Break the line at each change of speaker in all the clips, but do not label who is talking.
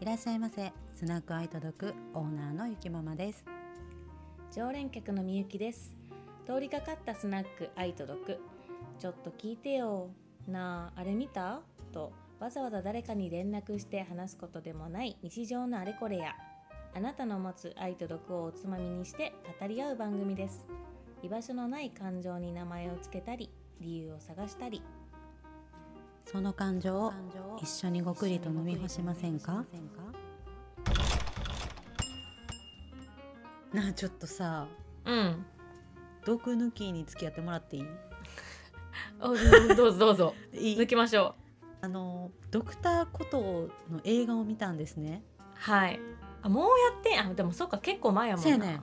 いらっしゃいませスナックアイ届くオーナーのゆきママです
常連客のみゆきです通りかかったスナック愛と毒ちょっと聞いてよなああれ見たとわざわざ誰かに連絡して話すことでもない日常のあれこれやあなたの持つ愛と毒をおつまみにして語り合う番組です居場所のない感情に名前をつけたり理由を探したり
その感情を一緒にごくりと飲み干しませんかなあちょっとさ
うん
毒抜きに付き合ってもらってい い
どうぞどうぞ
い
きましょ
あのドクターコトーの映画を見たんですね
うはいあもうやってんあでもそうか結構前や
そうやね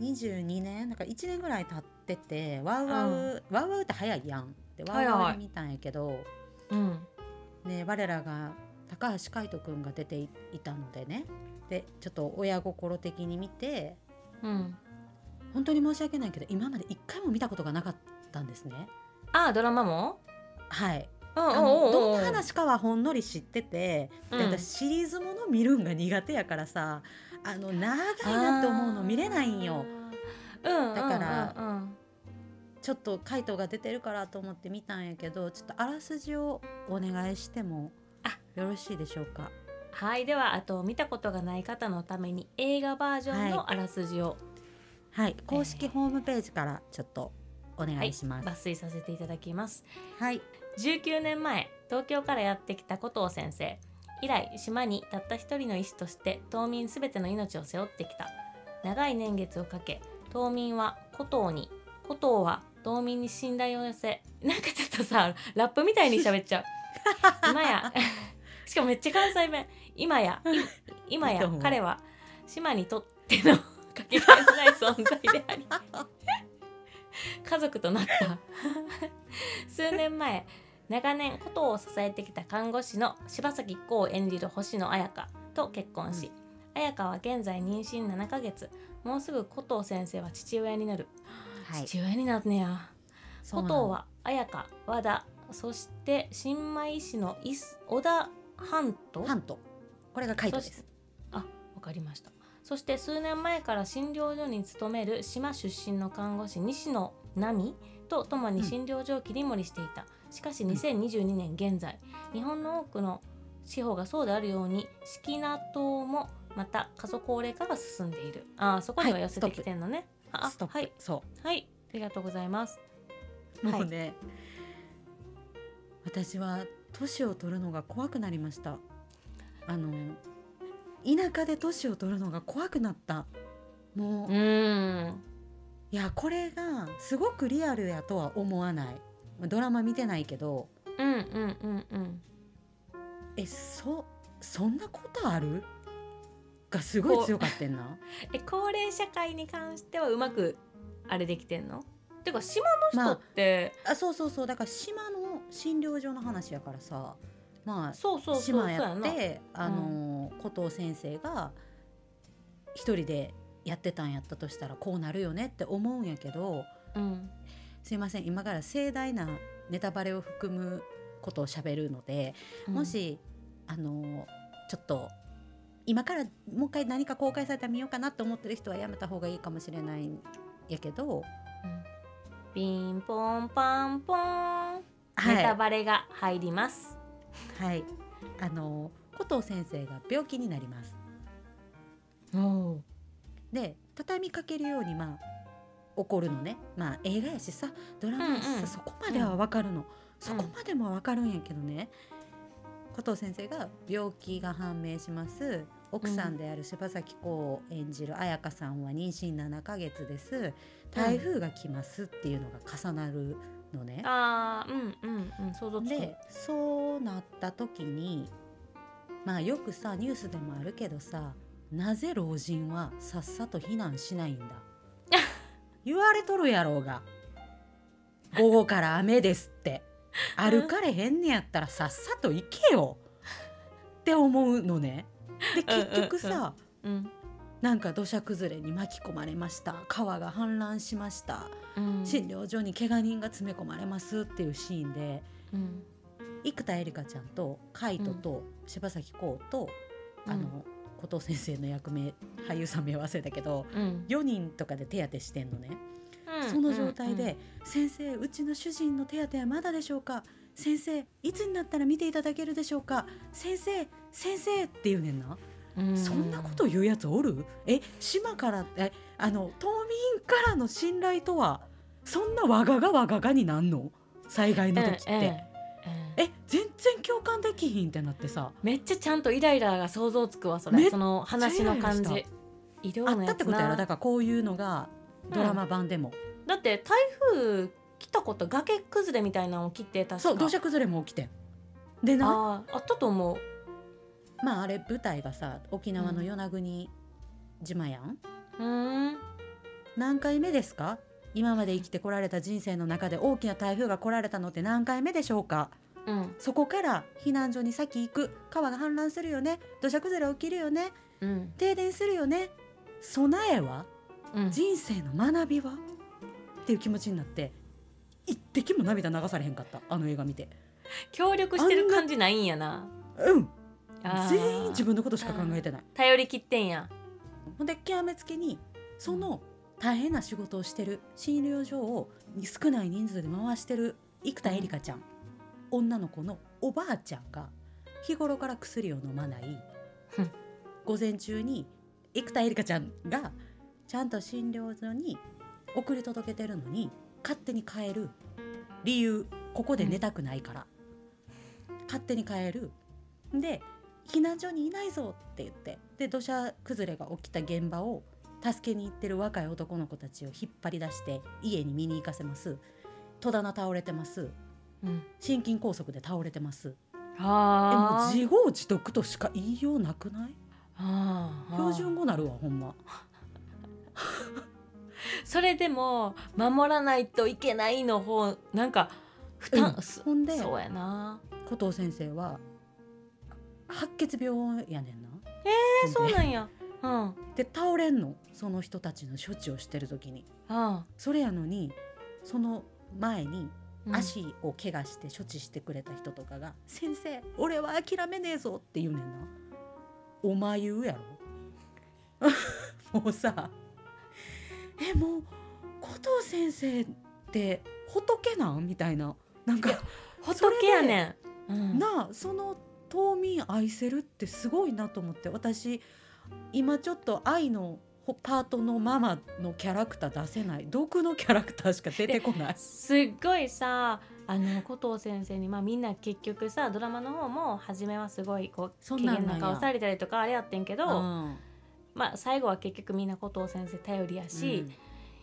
22年なんか1年ぐらい経っててワウワウ、ワウワウって早いやんでワウ
早
ワ
い
ウで見たんやけど、
うん
ね、我らが高橋海人君が出ていたのでねでちょっと親心的に見て
うん
本当に申し訳ないけど今まで一回も見たことがなかったんですね
あドラマも
はい
うん
あのどん
う
な話かはほんのり知ってて、で
うん
私シリーズもの見るんが苦手やからさあの長いなと思うの見れないんよ
うん
だから
うんうん
ちょっと海人が出てるからと思って見たんやけどちょっとあらすじをお願いしてもよろしいでしょうか
はいではあと見たことがない方のために映画バージョン
は
のあらすじを、
はい公式ホームページからちょっとお願いします、
抜粋させていただきます
はい、
19年前東京からやってきた古藤先生以来島にたった一人の医師として島民すべての命を背負ってきた長い年月をかけ島民は古藤に古藤は島民に信頼を寄せ なんかちょっとさラップみたいに喋っちゃう今や しかもめっちゃ関西弁今やい今
いいと
や
思う
彼は島にとっての かけがえのない存在であり家族となった 数年前長年古藤を支えてきた看護師の柴崎孝を演じる星野彩香と結婚し、彩香は現在妊娠7ヶ月もうすぐ古藤先生は父親になる、
はい、
父親になるねや
そう
古
な
藤
の
は彩香和田そして新米医師の伊須小田半と
ハントこれがカイトです
あわかりましたそして数年前から診療所に勤める島出身の看護師西野奈美と共に診療所を切り盛りしていた、しかし2022年現在日本の多くの司法がそうであるように式名島もまた過疎高齢化が進んでいるあーそこには
はい
寄せてきてんのね、
ストップ、
あはい
そ
はいありがとうございます
う
はい
もうね、私は年を取るのが怖くなりましたあの田舎で年を取るのが怖くなったもう、
う
い
ーん
やこれがすごくリアルやとは思わないドラマ見てないけど
うんうんうんうん
えそそんなことあるがすごい強かってんな
え高齢社会に関してはうまくあれできてんのてか島の
ま
人
あ
って、
あそうそうそうだから島の診療所の話やからさまあ
そうそうそうそう
島
や
や
な
ってあ
うん
の、古藤先生が一人でやってたんやったとしたらこうなるよねって思うんやけど
うん
すいません今から盛大なネタバレを含むことをしゃべるので、
うん
もしあのちょっと今からもう一回何か公開されたら見ようかなって思ってる人はやめた方がいいかもしれないんやけど、
うんピンポンパンポーン、ネタ
は
バレが入ります
い、はい、あの古藤先生が病気になります。
お
で畳みかけるようにまあ怒るのねまあ映画やしさドラマやしさ、
うんうん
そこまではわかるの、そこまでもわかるんやけどね、加藤先生が病気が判明します奥さんである柴咲コウを演じる彩香さんは妊娠7ヶ月です台風が来ますっていうのが重なるのね、
あーうんうんうん想像つく
でそうなった時にまあよくさニュースでもあるけどさなぜ老人はさっさと避難しないんだ 言われとるやろうが午後から雨ですって歩かれへんねやったらさっさと行けよって思うのね。で
うんうんうん
結局さ
うん
なんか土砂崩れに巻き込まれました川が氾濫しました
うん
診療所に怪我人が詰め込まれますっていうシーンで
うん
生田絵梨花ちゃんと海人と柴咲コウとあの後藤先生の役名俳優さん名忘れたけど
うん
4人とかで手当てしてんのね、
うん
その状態で、先生うちの主人の手当てはまだでしょうか先生いつになったら見ていただけるでしょうか先生先生」って言うねんな、
うう
そんなこと言うやつおるえ島からえあの島民からの信頼とはそんなわががわががになんの災害の時って、
うんうんうん
え全然共感できひんってなってさ
めっちゃちゃんとイライラが想像つくわそ
めっちゃ
れその話の感
イライ
じ医療
あ
の
った
や
って
つ
ことやろ
な
だからこういうのがドラマ版でも、
だって台風来たこと崖崩れみたいなの起きて確か
そう土砂崩れも起きてんでな
あーあったと思う
まああれ舞台がさ沖縄の与那国島やん、
うーん
何回目ですか今まで生きてこられた人生の中で大きな台風が来られたのって何回目でしょうか
うん
そこから避難所に先行く川が氾濫するよね土砂崩れ起きるよね
うん
停電するよね備えは
うん
人生の学びはっていう気持ちになって一滴も涙流されへんかったあの映画見て
協力してる感じないんやな
うん
あー
全員自分のことしか考えてない
頼り切ってんや
ほんで極めつけにその大変な仕事をしてる診療所を少ない人数で回してる生田絵梨花ちゃん女の子のおばあちゃんが日頃から薬を飲まない
ふん
午前中に生田絵梨花ちゃんがちゃんと診療所に送り届けてるのに勝手に変える理由ここで寝たくないから、勝手に変えるで避難所にいないぞって言ってで土砂崩れが起きた現場を助けに行ってる若い男の子たちを引っ張り出して家に見に行かせます戸棚倒れてます
うん
心筋梗塞で倒れてますえもう
あー
自業自得としか言いようなくない
あー
標準語なるわほんま
それでも守らないといけないの方なんか負担、
うん
そ
ほんで
そうやな
古藤先生は白血病やねんな
え
え
そうなんやうんうん
で倒れんのその人たちの処置をしてる時にそれやのにその前に
うん
足を怪我して処置してくれた人とかが「先生俺は諦めねえぞ」って言うねんなお前言うやろ もうさえもう古藤先生って仏なんみたいななんか
仏やねん、うん、
なあその島民愛せるってすごいなと思って私今ちょっと愛のほパートのママのキャラクター出せない毒のキャラクターしか出てこない。
すっごいさあの古藤先生に、まあ、みんな結局さドラマの方も初めはすごいこう
そ
機
んな
嫌
んなんや
な顔されたりとかあれやってんけど、
うん
まあ、最後は結局みんな古藤先生頼りやし、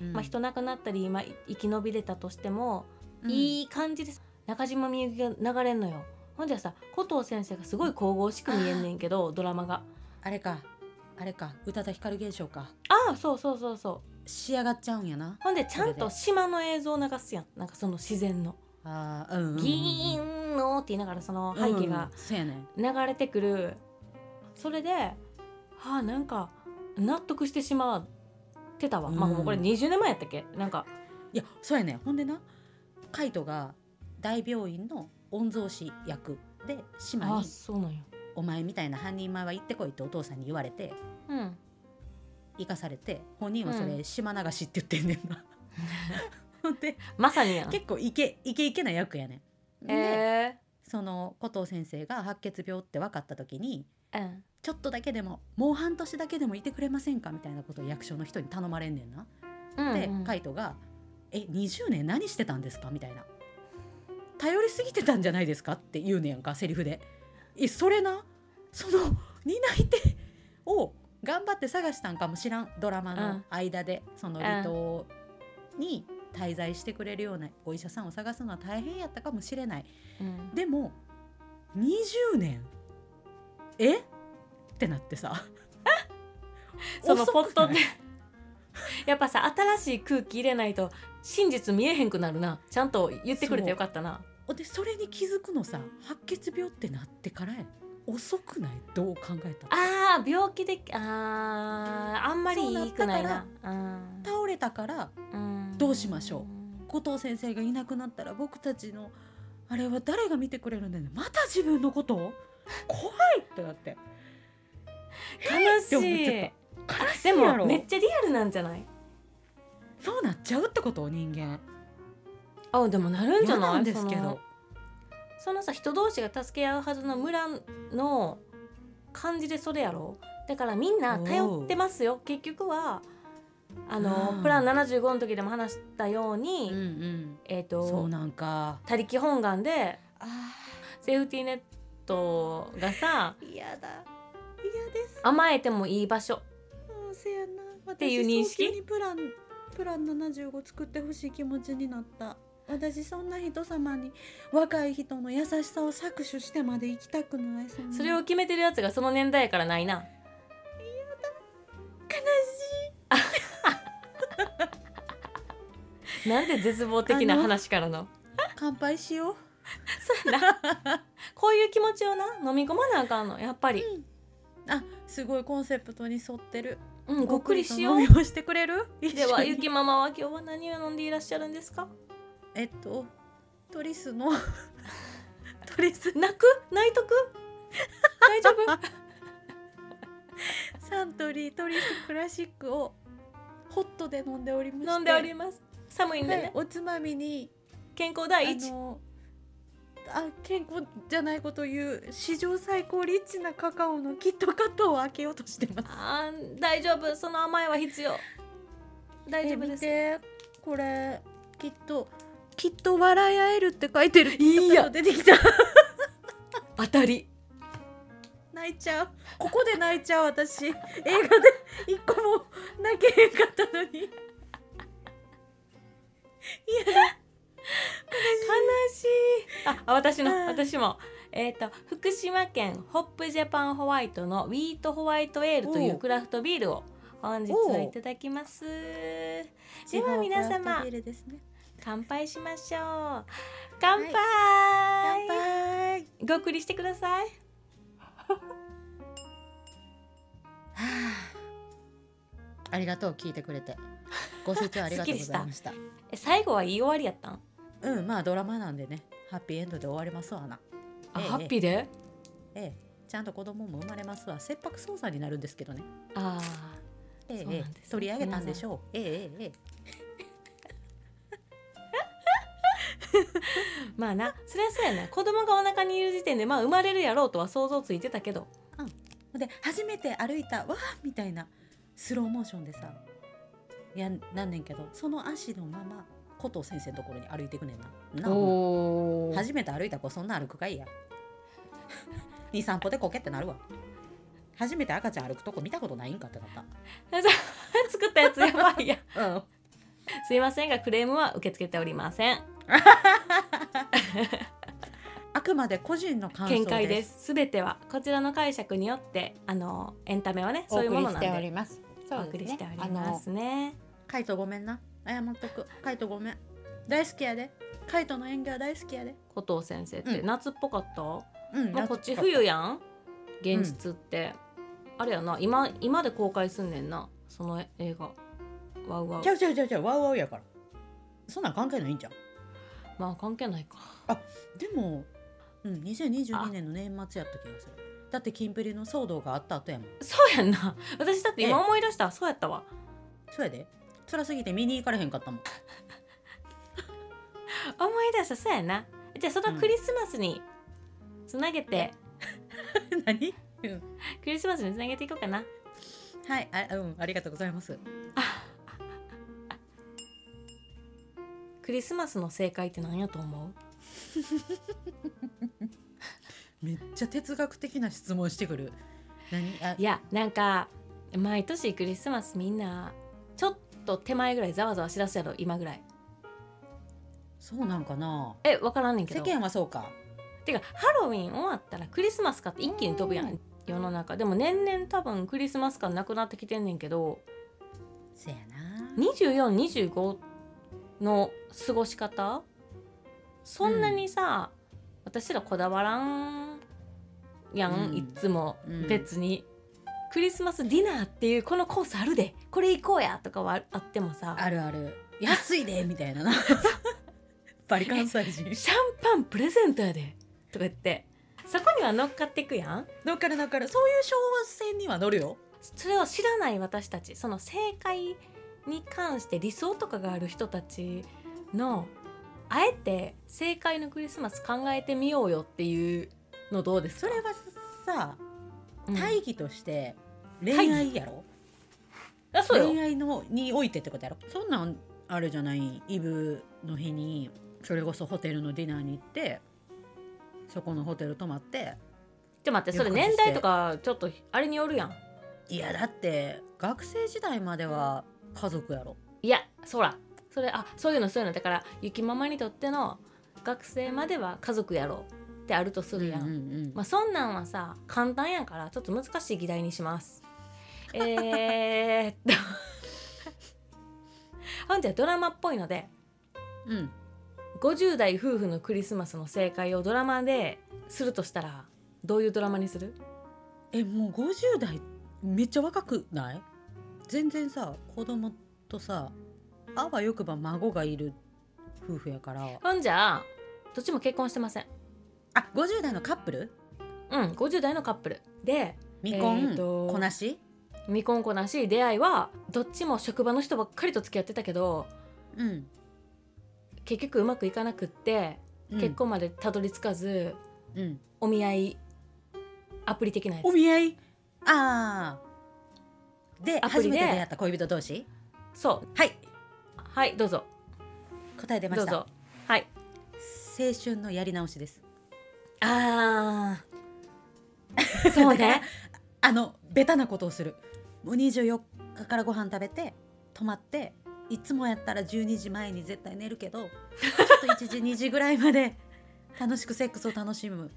うん
まあ、人亡くなったり、まあ、生き延びれたとしても、
うん
いい感じです中島みゆきが流れんのよほんじゃさ古藤先生がすごい神々しく見えんねんけどドラマが
あれかあれか宇多田ヒカル現象か
ああそうそうそうそう
仕上がっちゃうんやな
ほんでちゃんと島の映像流すやんなんかその自然の
あーうんうんうん
「ギーンの」って言いながらその背景
うんう
が
んそうやねん
流れてくるそれでああなんか納得してしまってたわ、まあ
うん
もうこれ20年前やったっけなんか
いやそうやねんほんでなカイトが大病院の御曹司役で
あ
島
あ
に
そうなんや
お前みたいな半人前は行ってこいってお父さんに言われて
うん
生かされて本人はそ
うん
れ島流しって言ってんねんな、 ほんで
まさにやん
結構イケイケイケな役やねんで、
え
その古藤先生が白血病って分かった時に
ーうん
ちょっとだけでももう半年だけでもいてくれませんかみたいなことを役所の人に頼まれんねんな。
うん
で
うん
カイトが「え20年何してたんですか?」みたいな「頼りすぎてたんじゃないですか?」って言うねやんかセリフで。えそれなその担い手を頑張って探したんかもしらんドラマ
う
の
ん
間で、その離島に滞在してくれるようなお医者さんを探すのは大変やったかもしれない
うん
でも20年えってなってさ
その
遅く
ポ
ない
ットでやっぱさ新しい空気入れないと真実見えへんくなるなちゃんと言ってくれてよかったな
でそれに気づくのさ白血病ってなってからや遅くないどう考えたら
あー病気であーあんまりいいくないなうん
倒れたから
うん
どうしましょ後藤先生がいなくなったら僕たちのあれは誰が見てくれるんだよねまた自分のこと怖いってなってっ
悲
て思っ
し
ちゃ
い
悲しい
で
や
も
ろ
めっちゃリアルなんじゃない
そうなっちゃうってこと人間
あでもなるんじゃ
嫌
ない
なんですけ
そ
ど
のそのさ人同士が助け合うはずの村の感じでそれやろだからみんな頼ってますよ結局はあの、
うん
プラン75の時でも話したように、
うんうん
えっ、ー、
そう
と
なんか
他力本願で
あ
セーフティーネットがさ
嫌だ嫌です
甘えてもいい場所
うんせやな私
ていう認識
早急にプランプラン75作ってほしい気持ちになった私そんな人様に若い人の優しさを搾取してまで行きたくないそんな
それを決めてるやつがその年代やからないな
悲しい
なんで絶望的な話からの
乾杯しよう
そうやなこういう気持ちをな飲み込まなあかんのやっぱり、
あすごいコンセプトに沿ってる
うん、ごっくりしよう
ごっくりと飲みをしてくれる一緒に
ではゆきママは今日は何を飲んでいらっしゃるんですか
えっとトリスの トリス
泣く泣い とく大丈夫
サントリートリスクラシックをホットで飲んでおりまして
飲んでおります寒いんでね、
はいおつまみに
健康第
あ
一
のあ健康じゃないことを言う史上最高リッチなカカオのキットカットを開けようとしてます
あー大丈夫その甘えは必要 大丈夫です
え見てこれきっときっと笑い合えるって書いてるい
いや
出てきた
当たり
泣いちゃうここで泣いちゃう私 映画で一個も泣けへんかったの に
悲しいああ私の
うん
私もえっ、と福島県ホップジャパンホワイトのウィートホワイトエールとい
お
う
う
クラフトビールを本日はいただきますでは皆様
違うクラフトビールですね
乾杯しましょう乾杯、
乾杯
ごっくりしてください
ありがとう聞いてくれ てご清聴ありがとうございました
え最後はいい終わりやったん
うんまあドラマなんでねハッピーエンドで終わりますわな
あ、
ええ
ハッピーで
ええちゃんと子供も生まれますわ切迫操作になるんですけどね
あ
ええ
そうなんですね
取り上げたんでしょうえええええ
ーまあなそりゃそうやな子供がお腹にいる時点でまあ生まれるやろうとは想像ついてたけど
えで初めて歩いたわあみたいなスローモーションでさやんなんねんけどその足のままコトー先生のところに歩いてくねんななあ
お
初めて歩いた子そんな歩くかいや 二三歩でこけってなるわ初めて赤ちゃん歩くとこ見たことないんかってなっ
作ったやつやばいや
たうん
すいませんがクレームは受け付けておりません
あくまで個人の感想です
見解ですすべてはこちらの解釈によってあのエンタメはねそういうものなんで
お送りしております
お送りしておりますね
カイトごめんな謝っとくカイトごめん大好きやでカイトの演技は大好きやで
古藤先生って、
うん
夏っぽかったも
うん
うこっち冬やん現実って、あれやな今今で公開すんねんなその映画ワウワウ
ちゃうちゃうちゃうちゃうワウワウやからそんなん関係ないんじゃん
まあ関係ないか
でもうん2022年の年末やった気がするだってキンプリの騒動があった後やもん
そうやんな私だって今思い出したそうやったわ
そうやで辛すぎて見に行かれへんかったもん
思い出したそうやなじゃあそのクリスマスにつなげて、
何うん
クリスマスにつなげていこうかな
はいあ,、うん、ありがとうございます
クリスマスの正解って何やと思う
めっちゃ哲学的な質問してくる何あ
いやなんか毎年クリスマスみんなちょっと手前ぐらいざわざわしだすやろ今ぐらい
そうなんかな
え分からんねんけ
世
ど
間はそうか
てかハロウィン終わったらクリスマスかって一気に飛ぶや
うん
世の中でも年々多分クリスマス感なくなってきてんねんけど
せやな
2425の過ごし方そんなにさ、私らこだわらんやん、
うん
いっつも
うん
別に、クリスマスディナーっていうこのコースあるでこれ行こうやとかはあってもさ
あるある安いでみたい ななバリ関西人
シャンパンプレゼントやでとか言ってそこには乗っかっていくやん
乗っかる乗っかるそういう昭和線には乗るよ
それを知らない私たちその正解に関して理想とかがある人たちのあえて正解のクリスマス考えてみようよっていうのどうです
そ
か
れはさ
うん
大義として恋愛やろ、
あそうよ
恋愛のにおいてってことやろそんなんあれじゃないイブの日にそれこそホテルのディナーに行ってそこのホテル泊まって
ちょっと待ってそれ
よく話
年
して
代とかちょっとあれによるやん
いやだって学生時代までは家族やろ
いやそらそれあそういうのそういうのだからゆきママにとっての学生までは家族やろうってあるとするやん、
うんうんうん
まあ、そんなんはさ簡単やからちょっと難しい議題にし ますえーっと ほんじゃドラマっぽいので
うん
50代夫婦のクリスマスの正解をドラマでするとしたらどういうドラマにする
えもう50代めっちゃ若くない全然さ子供とさあわよくば孫がいる夫婦やから
ほんじゃどっちも結婚してません
あ50代のカップル
うん50代のカップルで
未婚、
えーと
こなし
未婚子なし出会いはどっちも職場の人ばっかりと付き合ってたけど
うん、
結局うまくいかなくって、
うん
結婚までたどり着かず
うん
お見合いアプリ的なやつ
お見合いああで
アプ
初
リで
めて出会った恋人同士
そう
はい
はいどうぞ
答え出ま
ど
し
う
た青
ぞはい
春のやり直しです
あ ーそうね
あのベタなことをするもう24日からご飯食べて泊まっていつもやったら12時前に絶対寝る けどちょっと1時2時ぐらいまで楽しくセックスを楽しむ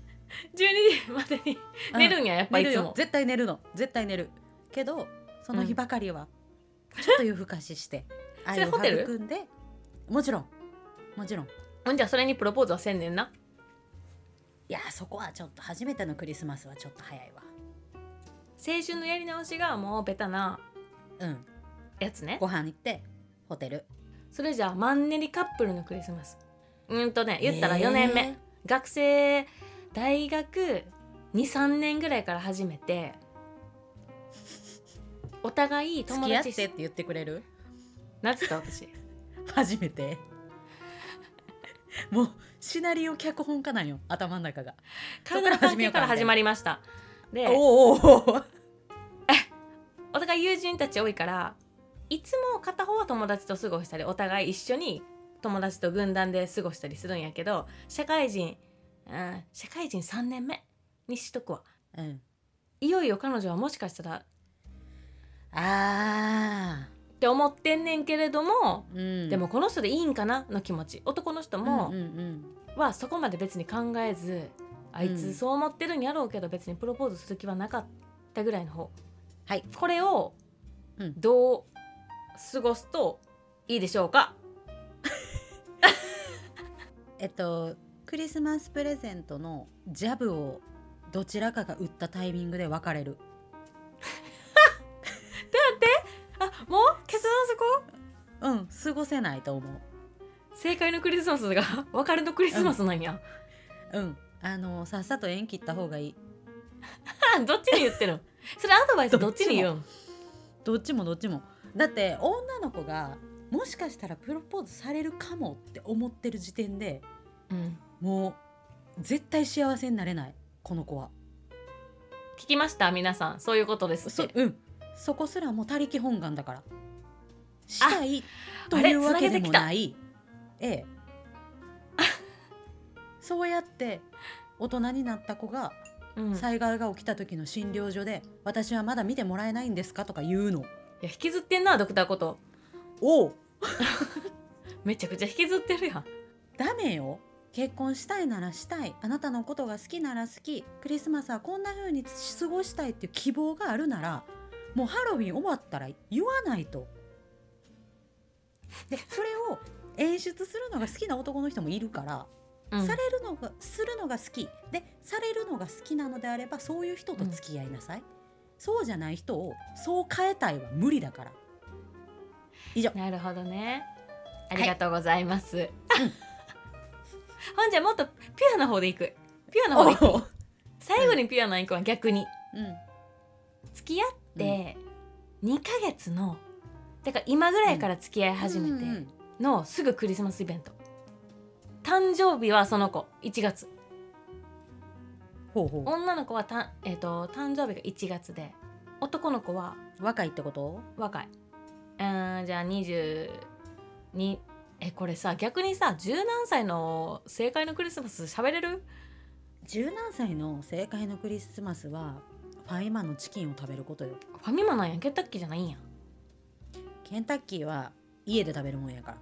12時までに
うん
寝るんややっぱ
寝
い
る
つ
よ
も
絶対寝るの絶対寝るけどその
う
日
ん
ばかりはちょっと夜更かしして
それ
愛を
ホテル
育んでもちろんもちろんい
ほんじゃそれにプロポーズはせんねんな
やそこはちょっと初めてのクリスマスはちょっと早いわ
青春のやり直しがもうベタな
うん
やつね
ご飯行ってホテル
それじゃあマンネリカップルのクリスマスうーんとね言ったら4年目、
ね
学生大学23年ぐらいから始めてお互い
付
友
き合っ
達
てって言ってくれる
なんつっ た私
初めて もうシナリオ脚本家なんよ頭の中が
体の関係から始まりましたで
おーおーおー
お互い友人たち多いからいつも片方は友達と過ごしたりお互い一緒に友達と軍団で過ごしたりするんやけど社会人、うん、社会人3年目にしとくわ
うん
いよいよ彼女はもしかしたら
あ
って思ってんねんけれども、
ーうん
でもこの人でいいんかなの気持ち男の人も
うん、うん
はそこまで別に考えずあいつそう思ってるんやろうけど別にプロポーズする気はなかったぐらいの方
はい
これを
うん
どう過ごすといいでしょうか、
えっとクリスマスプレゼントのジャブをどちらかが打ったタイミングで別れる
あもう結論そこ
うん過ごせないと思
正解のクリスマスが 別れのクリスマスなんや、
ううんあのさっさと縁切った方がいい
どっちに言ってるのそれアドバイスどっちに言うん
どっちもどっちもだって女の子がもしかしたらプロポーズされるかもって思ってる時点で
うん
もう絶対幸せになれないこの子は
聞きました皆さんそういうことです
そ
って
うんそこすらもう他力本願だからしたいと
あれ
いうわけでも
つなげてきた
ない ええそうやって大人になった子が
うん、いや
災害が起きた時の診療所で「私はまだ見てもらえないんですか?」とか言うの
引きずってんなドクターこと
おう
めちゃくちゃ引きずってるやん
ダメよ結婚したいならしたいあなたのことが好きなら好きクリスマスはこんな風に過ごしたいっていう希望があるならもうハロウィン終わったら言わないとでそれを演出するのが好きな男の人もいるから、
うん
されるのがするのが好きでされるのが好きなのであればそういう人と付き合いなさい、そうじゃない人をそう変えたいは無理だ から以上
なるほどね。あ
い
りがとうございます。 ほんじゃもっとピュアな方でいく。ピュアな方でいく。
おう
最後にピュアなイコンは逆に
うん
付き合って2ヶ月のだから今ぐらいから付き合い始め
うんう
て
ん
のすぐクリスマスイベント誕生日はその子1月
ほうほ
女の子はた、えっと誕生日が1月で男の子は
う若いってこと
若いうんじゃあ22えこれさ逆にさ十何歳の正解のクリスマス喋れる
十何歳の正解のクリスマスはファイマンのチキンを食べることよ
ファミマなんやケンタッキーじゃないんや
ケンタッキーは家で食べるもんやから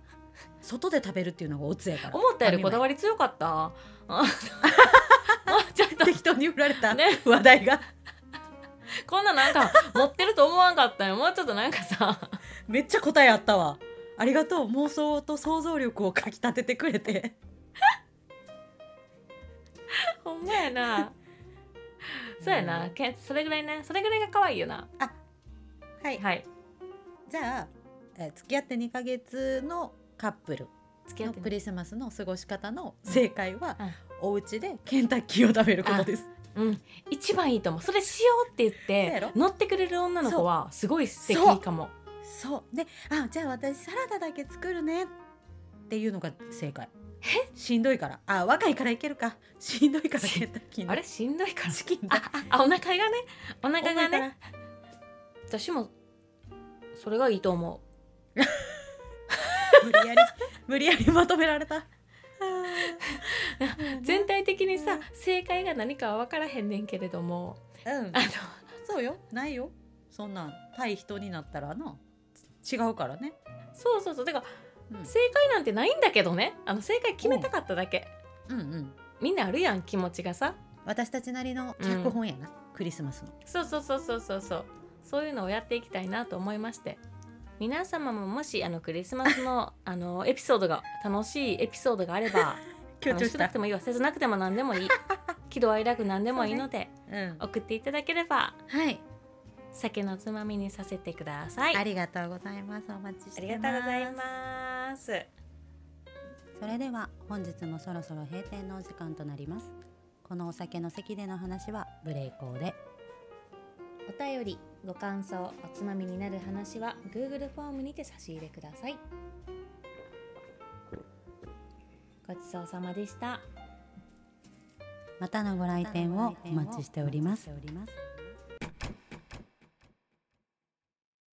外で食べるっていうのがオツやから
思ったよりこだわり強かった あもうちょっと
適当に振られた
ね
話題が
こんななんか持ってると思わんかったよもうちょっとなんかさ
めっちゃ答えあったわありがとう妄想と想像力をかきたててくれて
ほんまやなそうやな、けそれぐらいねそれぐらいが可愛いよな
はい
はい
じゃあえー付き合って2ヶ月のカップル
付き合っ
の
て
ク
ね
リスマスの過ごし方の正解は、
うん
お家でケンタッキーを食べることです
うん一番いいと思うそれしようって
そうや
言っ
ろ
て乗ってくれる女の子はすごい素
そう
敵かも
そうであじゃあ私サラダだけ作るねっていうのが正解しんどいからあ若いからいけるかしんどいから
し
ケンタッキーの
あれしんどいから
チキンだ
あああお腹がねお腹
重
が
い
ね
から
私もそれがいいと思
無理やり無理やりまとめられた
う全体的にさ正解が何かは分からへんねんけれども
うん
あの
そうよないよそんな対人になったらな違うからね、
そうそうそうだから
うん、
正解なんてないんだけどねあの正解決めたかっただけ
うんうん
みんなあるやん気持ちがさ
私たちなりの脚本やな、クリスマスの
そうそうそうそうそうそうそういうのをやっていきたいなと思いまして皆様ももしあのクリスマ スのあのエピソードが楽しいエピソードがあれば楽しくなくてもいいわ切なくても何でもい い喜怒哀楽何でもいいので、
うん
送っていただければ
はい、
酒のつまみにさせてください
あ
あ
りがとうございますお待ちしてます
りがとうございます
それでは本日もそろそろ閉店のお時間となりますこのお酒の席での話はブレイコーで
お便りご感想おつまみになる話は Google フォームにて差し入れくださいごちそうさまでした
またのご来
来店
店
を
をお
お
待
待
ち
ち
し
してて
お
お
り
り
ま
ますす。